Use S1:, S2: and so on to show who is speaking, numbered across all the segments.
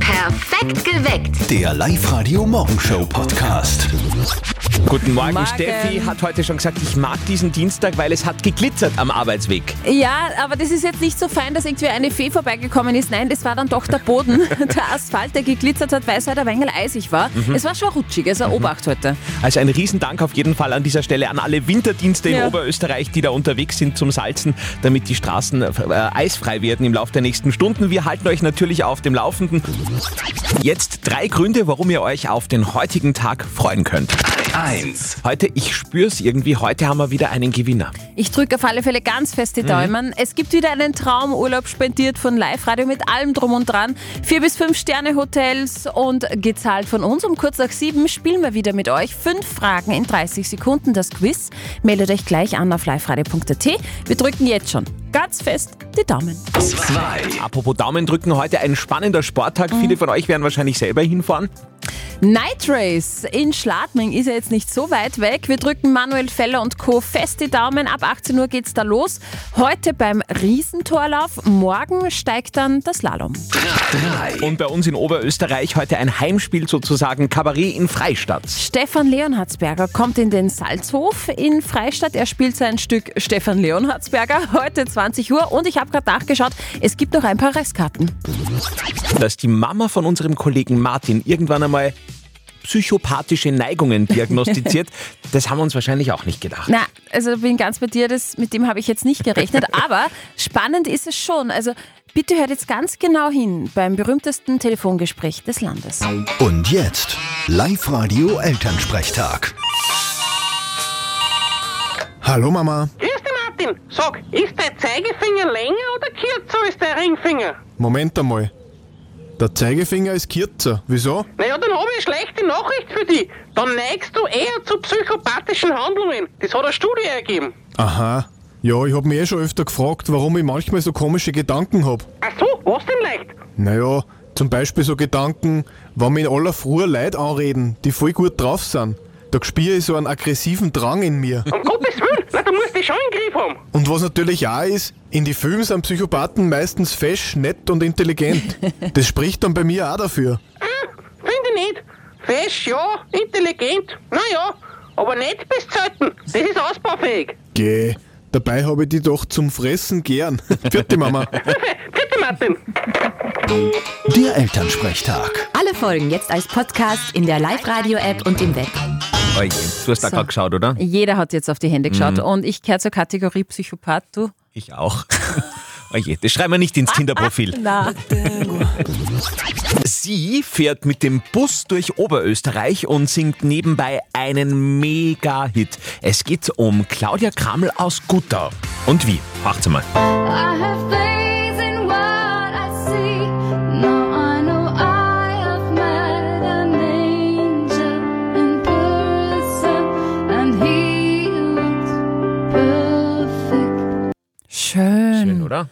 S1: Perfekt geweckt.
S2: Der Live-Radio-Morgenshow-Podcast.
S3: Guten Morgen.
S4: Morgen.
S3: Steffi hat heute schon gesagt, ich mag diesen Dienstag, weil es hat geglitzert am Arbeitsweg.
S4: Ja, aber das ist jetzt nicht so fein, dass irgendwie eine Fee vorbeigekommen ist. Nein, das war dann doch der Boden, der Asphalt, der geglitzert hat, weil es halt ein wenig eisig war. Es war schon rutschig, also Obacht heute.
S3: Also ein Riesendank auf jeden Fall an dieser Stelle an alle Winterdienste in
S4: Ja.
S3: Oberösterreich, die da unterwegs sind zum Salzen, damit die Straßen äh, eisfrei werden im Laufe der nächsten Stunden. Wir halten euch natürlich auf dem Laufenden. Jetzt drei Gründe, warum ihr euch auf den heutigen Tag freuen könnt.
S2: 1.
S3: Heute, ich spür's irgendwie, heute haben wir wieder einen Gewinner.
S4: Ich drücke auf alle Fälle ganz fest die Daumen. Es gibt wieder einen Traumurlaub spendiert von Live Radio mit allem drum und dran. Vier bis fünf Sterne Hotels und gezahlt von uns. Um kurz nach sieben spielen wir wieder mit euch. Fünf Fragen in 30 Sekunden das Quiz. Meldet euch gleich an auf liveradio.at. Wir drücken jetzt schon ganz fest die Daumen.
S2: 2.
S3: Apropos Daumen drücken, heute ein spannender Sporttag. Viele von euch werden wahrscheinlich selber hinfahren.
S4: Night Race in Schladming ist ja jetzt nicht so weit weg. Wir drücken Manuel Feller und Co. fest die Daumen. Ab 18 Uhr geht's da los. Heute beim Riesentorlauf. Morgen steigt dann das Slalom.
S2: 3.
S3: Und bei uns in Oberösterreich heute ein Heimspiel sozusagen, Kabarett in Freistadt.
S4: Stefan Leonhardsberger kommt in den Salzhof in Freistadt. Er spielt sein Stück Stefan Leonhardsberger heute 20 Uhr. Und ich habe gerade nachgeschaut, es gibt noch ein paar Restkarten.
S3: Dass die Mama von unserem Kollegen Martin irgendwann einmal psychopathische Neigungen diagnostiziert, das haben wir uns wahrscheinlich auch nicht gedacht.
S4: Na, also bin ganz bei dir, das, mit dem habe ich jetzt nicht gerechnet, aber spannend ist es schon. Also bitte hört jetzt ganz genau hin beim berühmtesten Telefongespräch des Landes.
S2: Und jetzt Live-Radio Elternsprechtag.
S5: Hallo Mama.
S6: Grüß dich, Martin. Sag, ist dein Zeigefinger länger oder kürzer als dein Ringfinger?
S5: Moment einmal. Der Zeigefinger ist kürzer. Wieso?
S6: Naja, dann habe ich schlechte Nachricht für dich. Dann neigst du eher zu psychopathischen Handlungen. Das hat eine Studie ergeben.
S5: Aha. Ja, ich habe mich eh schon öfter gefragt, warum ich manchmal so komische Gedanken habe.
S6: Ach so, was denn leicht?
S5: Naja, zum Beispiel so Gedanken, wenn mir in aller Frühe Leute anreden, die voll gut drauf sind. Da spüre ich so einen aggressiven Drang in mir.
S6: Um Gottes Willen, na, du musst dich schon im Griff haben.
S5: Und was natürlich auch ist, in die Filmen sind Psychopathen meistens fesch, nett und intelligent. Das spricht dann bei mir auch dafür.
S6: Hm, finde ich nicht. Fesch, ja, intelligent, naja, aber nicht bis selten. Das ist ausbaufähig.
S5: Geh. Dabei habe ich die doch zum Fressen gern. Vierte Mama.
S6: Bitte, Martin.
S2: Der Elternsprechtag.
S7: Alle Folgen jetzt als Podcast in der Live-Radio-App und im Web.
S3: Oje, du hast da gerade geschaut, oder?
S4: Jeder hat jetzt auf die Hände geschaut und ich kehre zur Kategorie Psychopath, du.
S3: Ich auch. Oje, das schreiben wir nicht ins Tinder-Profil.
S4: Na,
S3: Sie fährt mit dem Bus durch Oberösterreich und singt nebenbei einen Mega-Hit. Es geht um Claudia Kraml aus Guttau. Und wie? Macht's mal.
S8: I have faith in what I see. Now I know I have met an angel in person, and he looks perfect.
S4: schön.
S3: oder?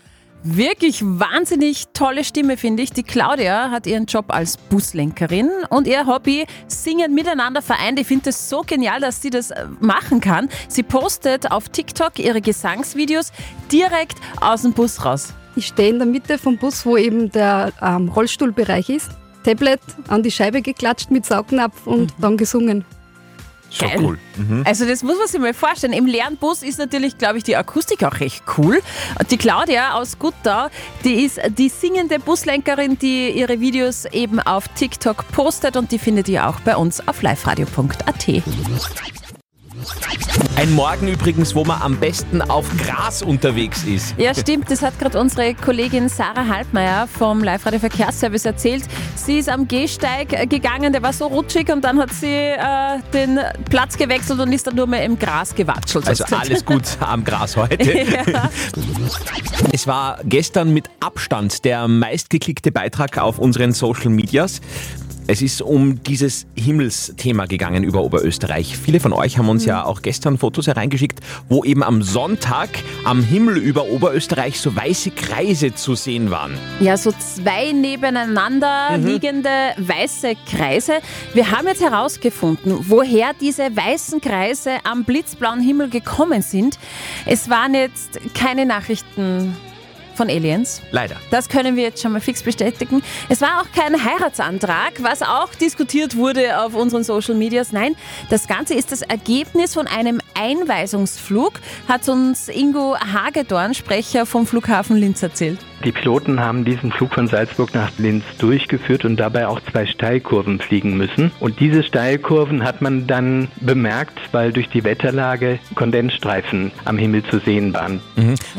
S4: Wirklich wahnsinnig tolle Stimme, finde ich. Die Claudia hat ihren Job als Buslenkerin und ihr Hobby Singen miteinander vereint. Ich finde das so genial, dass sie das äh, machen kann. Sie postet auf TikTok ihre Gesangsvideos direkt aus dem Bus raus.
S9: Ich stehe in der Mitte vom Bus, wo eben der ähm, Rollstuhlbereich ist. Tablet an die Scheibe geklatscht mit Saugnapf
S1: Mhm.
S9: und dann gesungen.
S3: So
S4: Geil.
S3: cool.
S4: Also das muss man sich mal vorstellen. Im leeren Bus ist natürlich, glaube ich, die Akustik auch recht cool. Und Die Claudia aus Guttau, die ist die singende Buslenkerin, die ihre Videos eben auf TikTok postet und die findet ihr auch bei uns auf liveradio.at.
S3: Ein Morgen übrigens, wo man am besten auf Gras unterwegs ist.
S4: Ja, stimmt. Das hat gerade unsere Kollegin Sarah Halbmeier vom Live-Radio Verkehrsservice erzählt. Sie ist am Gehsteig äh, gegangen, der war so rutschig und dann hat sie äh, den Platz gewechselt und ist dann nur mehr im Gras gewatschelt.
S3: Also
S4: sozusagen.
S3: alles gut am Gras heute. Es war gestern mit Abstand der meistgeklickte Beitrag auf unseren Social Medias. Es ist um dieses Himmelsthema gegangen über Oberösterreich. Viele von euch haben uns ja auch gestern Fotos hereingeschickt, wo eben am Sonntag am Himmel über Oberösterreich so weiße Kreise zu sehen waren.
S4: Ja, so zwei nebeneinander
S3: Mhm.
S4: liegende weiße Kreise. Wir haben jetzt herausgefunden, woher diese weißen Kreise am blitzblauen Himmel gekommen sind. Es waren jetzt keine Nachrichten. von Aliens.
S3: Leider.
S4: Das können wir jetzt schon mal fix bestätigen. Es war auch kein Heiratsantrag, was auch diskutiert wurde auf unseren Social Medias. Nein, das Ganze ist das Ergebnis von einem Einweisungsflug, hat uns Ingo Hagedorn, Sprecher vom Flughafen Linz, erzählt.
S1: Die Piloten haben diesen Flug von Salzburg nach Linz durchgeführt und dabei auch zwei Steilkurven fliegen müssen. Und diese Steilkurven hat man dann bemerkt, weil durch die Wetterlage Kondensstreifen am Himmel zu sehen waren.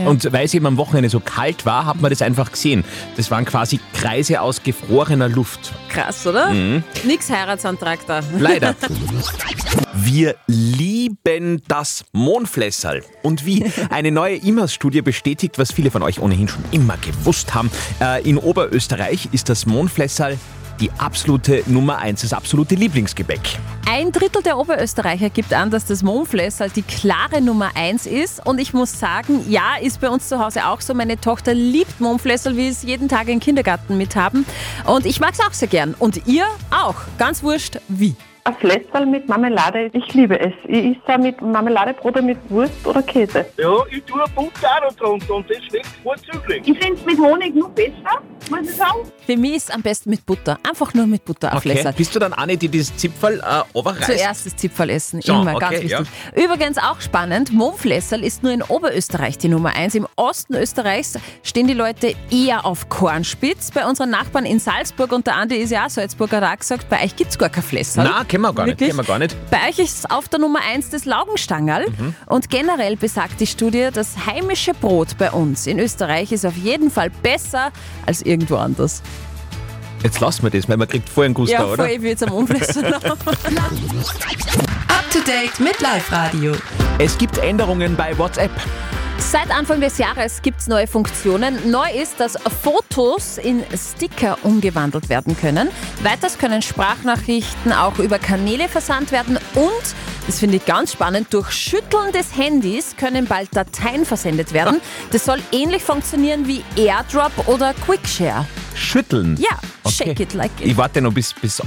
S3: Und weil es eben am Wochenende so kalt war, hat man das einfach gesehen. Das waren quasi Kreise aus gefrorener Luft.
S4: Krass, oder? Nix Heiratsantrag da.
S3: Leider. Wir lieben das Mondflässerl. Und wie eine neue IMAS-Studie bestätigt, was viele von euch ohnehin schon immer gewusst haben, äh, in Oberösterreich ist das Mondflässerl die absolute Nummer eins, das absolute Lieblingsgebäck.
S4: Ein Drittel der Oberösterreicher gibt an, dass das Momflässerl die klare Nummer eins ist. Und ich muss sagen, ja, ist bei uns zu Hause auch so. Meine Tochter liebt Momflässerl, wie es jeden Tag im Kindergarten mithaben. Und ich mag es auch sehr gern. Und ihr auch. Ganz wurscht, wie.
S10: Ein Fläschchen mit Marmelade, ich liebe es. Ich esse mit Marmeladebrot mit Wurst oder Käse.
S6: Ja, ich tue Butter auch noch drunter und das schmeckt vorzüglich.
S10: Ich finde es mit Honig nur besser, muss ich sagen.
S4: Für mich ist es am besten mit Butter. Einfach nur mit Butter auf Flässerl.
S3: Bist du dann eine, die dieses Zipfel äh, überreißt?
S4: Zuerst das Zipferl essen,
S3: So,
S4: immer,
S3: okay,
S4: ganz wichtig. Übrigens auch spannend, Momflässerl ist nur in Oberösterreich die Nummer eins. Im Osten Österreichs stehen die Leute eher auf Kornspitz. Bei unseren Nachbarn in Salzburg und der Andi ist ja auch Salzburger da gesagt, bei euch gibt es gar kein Flässerl.
S3: Na, kennen wir gar nicht.
S4: Wirklich?
S3: Kennen wir gar nicht. Mhm.
S4: Bei euch ist auf der Nummer eins das Laugenstangerl. Und generell besagt die Studie, das heimische Brot bei uns in Österreich ist auf jeden Fall besser als irgendwo anders.
S3: Jetzt lassen wir das, weil man kriegt vorher einen Guster,
S4: Ja,
S3: oder?
S4: voll, ich will jetzt am Momflässerl
S7: Up to date mit Live Radio.
S3: Es gibt Änderungen bei WhatsApp.
S4: Seit Anfang des Jahres gibt es neue Funktionen. Neu ist, dass Fotos in Sticker umgewandelt werden können. Weiters können Sprachnachrichten auch über Kanäle versandt werden und, das finde ich ganz spannend, durch Schütteln des Handys können bald Dateien versendet werden. Das soll ähnlich funktionieren wie Airdrop oder Quickshare.
S3: Schütteln.
S4: Ja, shake it like it.
S3: Ich warte noch bis, bis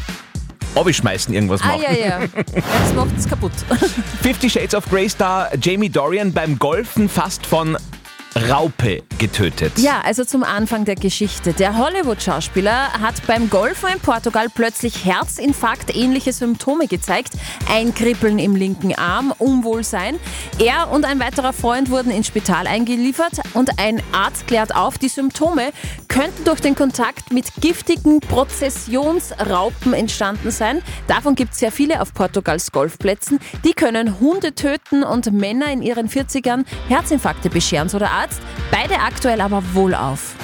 S3: Obischmeißen irgendwas
S4: Ah
S3: macht.
S4: ja, ja. Jetzt macht es kaputt.
S3: Fifty Shades of Grey Star Jamie Dorian beim Golfen fast von Raupe getötet.
S4: Ja, also zum Anfang der Geschichte. Der Hollywood-Schauspieler hat beim Golfen in Portugal plötzlich Herzinfarkt ähnliche Symptome gezeigt. Ein Kribbeln im linken Arm, Unwohlsein. Er und ein weiterer Freund wurden ins Spital eingeliefert und ein Arzt klärt auf, die Symptome könnten durch den Kontakt mit giftigen Prozessionsraupen entstanden sein. Davon gibt es sehr viele auf Portugals Golfplätzen. Die können Hunde töten und Männer in ihren 40ern Herzinfarkte bescheren, so der Arzt. Beide aktuell aber wohlauf.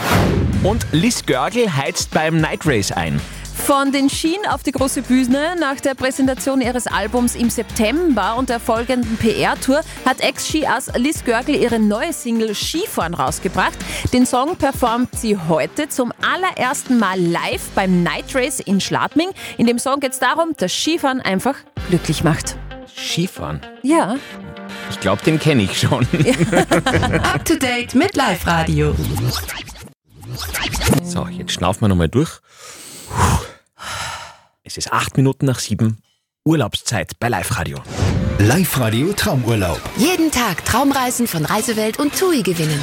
S3: Und Liz Görgel heizt beim Night Race ein.
S4: Von den Schienen auf die große Bühne nach der Präsentation ihres Albums im September und der folgenden PR-Tour hat Ex-Ski-Ass Liz Görgel ihre neue Single Skifahren rausgebracht. Den Song performt sie heute zum allerersten Mal live beim Night Race in Schladming. In dem Song geht es darum, dass Skifahren einfach glücklich macht.
S3: Skifahren.
S4: Ja,
S3: Ich glaube, den kenne ich schon.
S7: Up to date mit Live Radio.
S3: So, jetzt schnaufen wir nochmal durch. Puh. Es ist acht Minuten nach sieben. Urlaubszeit bei Live Radio.
S2: Live-Radio Traumurlaub.
S7: Jeden Tag Traumreisen von Reisewelt und TUI gewinnen.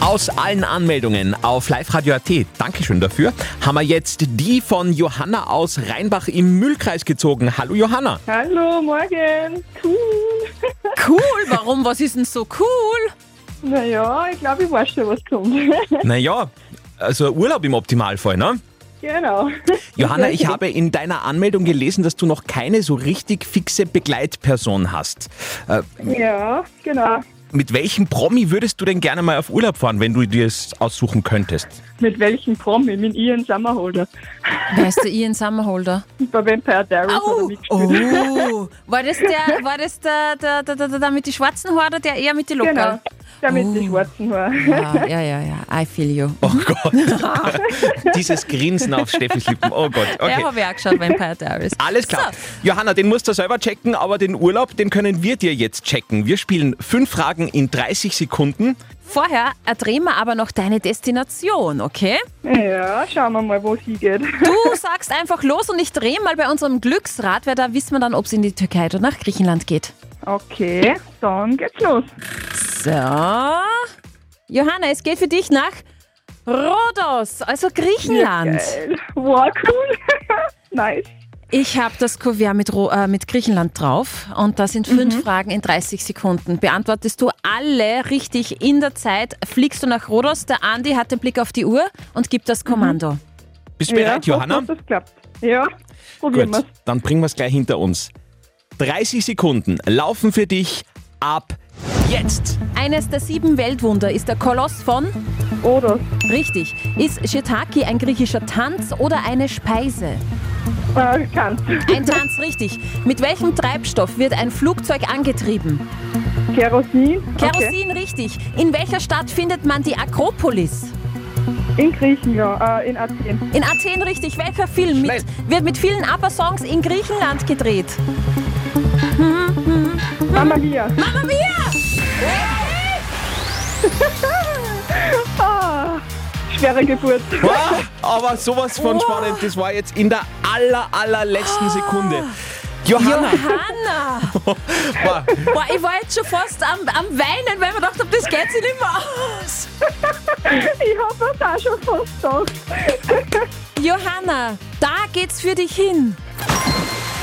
S3: Aus allen Anmeldungen auf liveradio.at, Dankeschön dafür, haben wir jetzt die von Johanna aus Rheinbach im Mühlkreis gezogen. Hallo Johanna.
S10: Hallo, morgen. Cool.
S4: cool. Warum? Was ist denn so cool?
S10: Naja, ich glaube, ich weiß schon, was kommt.
S3: Naja, also Urlaub im Optimalfall, ne?
S10: genau.
S3: Johanna, ich habe in deiner Anmeldung gelesen, dass du noch keine so richtig fixe Begleitperson hast. Äh,
S10: Ja, genau.
S3: mit welchem Promi würdest du denn gerne mal auf Urlaub fahren, wenn du dir es aussuchen könntest?
S10: Mit welchem Promi? Mit Ian Summerholder.
S4: Weißt du, Ian Summerholder?
S10: Bei Vampire Diaries hat er
S4: Oh,
S10: mitgespielt.
S4: oh. War das der, war das der, der, der, der, der mit den schwarzen Haaren, der eher mit den
S3: Oh.
S4: Locken?
S10: Genau. Der mit den
S4: Oh.
S10: schwarzen Haaren.
S4: Ja, ja, ja, ja, I feel you.
S3: Oh Gott. Dieses Grinsen auf Steffis Lippen. Oh Gott. Okay.
S4: Der habe ich auch geschaut, Vampire Diaries.
S3: Alles klar. Johanna, den musst du selber checken, aber den Urlaub, den können wir dir jetzt checken. Wir spielen fünf Fragen in 30 Sekunden.
S4: Vorher erdrehen wir aber noch deine Destination, okay?
S10: Ja, schauen wir mal, wo es hingeht.
S4: Du sagst einfach los und ich drehe mal bei unserem Glücksrad, weil da wissen wir dann, ob es in die Türkei oder nach Griechenland geht.
S10: Okay, dann geht's los.
S4: So. Johanna, es geht für dich nach Rhodos, also Griechenland.
S10: Wow, cool. nice.
S4: Ich habe das Kuvert mit, Ro- äh, mit Griechenland drauf und da sind fünf Fragen in 30 Sekunden. Beantwortest du alle richtig in der Zeit, fliegst du nach Rhodos, der Andi hat den Blick auf die Uhr und gibt das Kommando.
S3: Bist du bereit, Johanna?
S10: Das klappt. Ja, probieren
S3: Gut,
S10: wir
S3: dann bringen wir es gleich hinter uns. 30 Sekunden laufen für dich ab jetzt.
S4: Eines der sieben Weltwunder ist der Koloss von
S10: Oder
S4: Richtig. Ist Shiitake ein griechischer Tanz oder eine Speise?
S10: äh, kannst.
S4: Ein Tanz, richtig. Mit welchem Treibstoff wird ein Flugzeug angetrieben?
S10: Kerosin. Okay.
S4: Kerosin, richtig. In welcher Stadt findet man die Akropolis?
S10: In Griechenland, äh, in Athen.
S4: In Athen, richtig. Welcher Film mit, wird mit vielen ABBA-Songs in Griechenland gedreht?
S10: Mama Mia.
S4: Mama Mia!
S10: Ah, schwere Geburt.
S3: Ah, aber sowas von spannend, das war jetzt in der aller, allerletzten Sekunde. Johanna,
S4: Johanna!
S3: wow,
S4: Boah, ich war jetzt schon fast am, am Weinen, weil man dachte, das geht sich nicht mehr aus.
S10: Ich hab mir da schon fast gedacht.
S4: Johanna, da geht's für dich hin.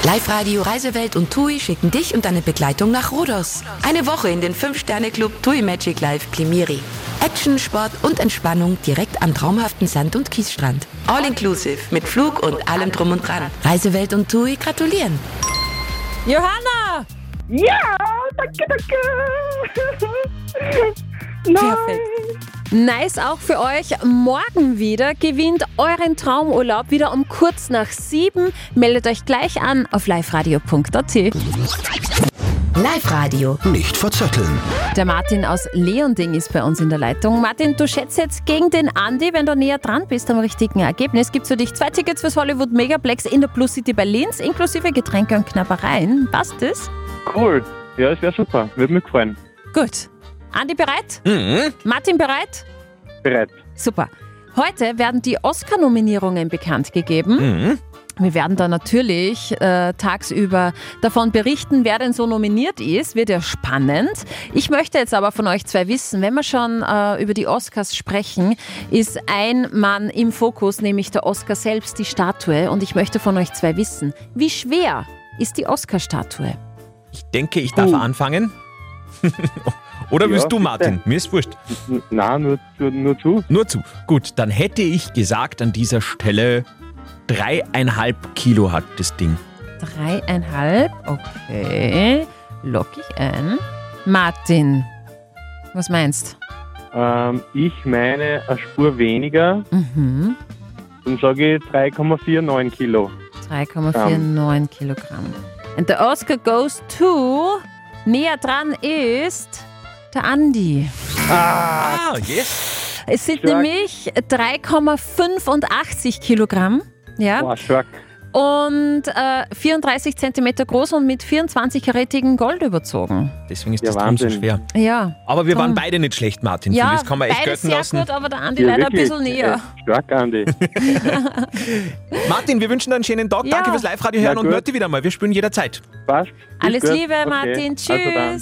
S7: Live-Radio Reisewelt und TUI schicken dich und deine Begleitung nach Rhodos. Eine Woche in den 5-Sterne-Club TUI Magic Life Plimiri. Action, Sport und Entspannung direkt am traumhaften Sand- und Kiesstrand. All inclusive mit Flug und allem drum und dran. Reisewelt und TUI gratulieren.
S4: Johanna!
S10: Ja, danke, danke. Nein.
S4: Perfekt. Nice auch für euch. Morgen wieder gewinnt euren Traumurlaub wieder um kurz nach sieben. Meldet euch gleich an auf liveradio.at.
S7: Live-Radio.
S2: Nicht verzetteln.
S4: Der Martin aus Leonding ist bei uns in der Leitung. Martin, du schätzt jetzt gegen den Andi, wenn du näher dran bist am richtigen Ergebnis, gibt es für dich zwei Tickets fürs Hollywood Megaplex in der Plus City bei Linz, inklusive Getränke und Knabbereien. Passt das?
S11: Cool. Ja, es wäre super. Würde mir gefallen.
S4: Gut. Andi bereit? Martin bereit?
S11: Bereit.
S4: Super. Heute werden die Oscar-Nominierungen bekannt gegeben. Wir werden da natürlich äh, tagsüber davon berichten, wer denn so nominiert ist. Wird ja spannend. Ich möchte jetzt aber von euch zwei wissen, wenn wir schon äh, über die Oscars sprechen, ist ein Mann im Fokus, nämlich der Oscar selbst, die Statue. Und ich möchte von euch zwei wissen, wie schwer ist die Oscar-Statue?
S3: ich denke, ich darf anfangen. Oder
S11: Ja,
S3: willst du,
S11: bitte.
S3: Martin? Mir ist wurscht.
S11: N- Nein, nur, nur, nur zu.
S3: Nur zu. Gut, dann hätte ich gesagt an dieser Stelle, dreieinhalb Kilo hat das Ding.
S4: Dreieinhalb, okay. Lock ich ein. Martin, was meinst
S11: Ähm, ich meine, eine Spur weniger.
S4: Mhm.
S11: Dann sage ich 3,49 Kilo.
S4: 3,49 Kilogramm. Und der Oscar goes to. Näher dran ist der Andi.
S3: Ah, yes.
S4: Es sind
S11: Stark.
S4: nämlich 3,85 Kilogramm. Ja,
S11: Boah, Ah, stark.
S4: und äh, 34 Zentimeter groß und mit 24-karätigem Gold überzogen.
S3: Deswegen ist
S11: Ja,
S3: das Drum so
S11: Wahnsinn. Hm.
S3: schwer.
S4: Ja,
S3: Aber wir waren
S4: Komm.
S3: beide nicht schlecht, Martin.
S4: ja
S3: Also das kann man echt
S4: beides
S3: gelten
S4: sehr
S3: lassen.
S4: gut, aber der Andi
S11: Ja,
S4: leider ein
S11: wirklich.
S4: bisschen näher.
S11: Äh, Stark, Andi.
S3: Martin, wir wünschen dir einen schönen Tag.
S4: Ja.
S3: Danke fürs Live-Radio hören
S11: Na
S3: und
S11: gut.
S3: Mörti wieder mal. Wir spielen jederzeit.
S11: Passt. Ist
S4: Alles
S11: gut.
S4: Liebe,
S11: Okay.
S4: Martin. Tschüss.
S11: Also dann.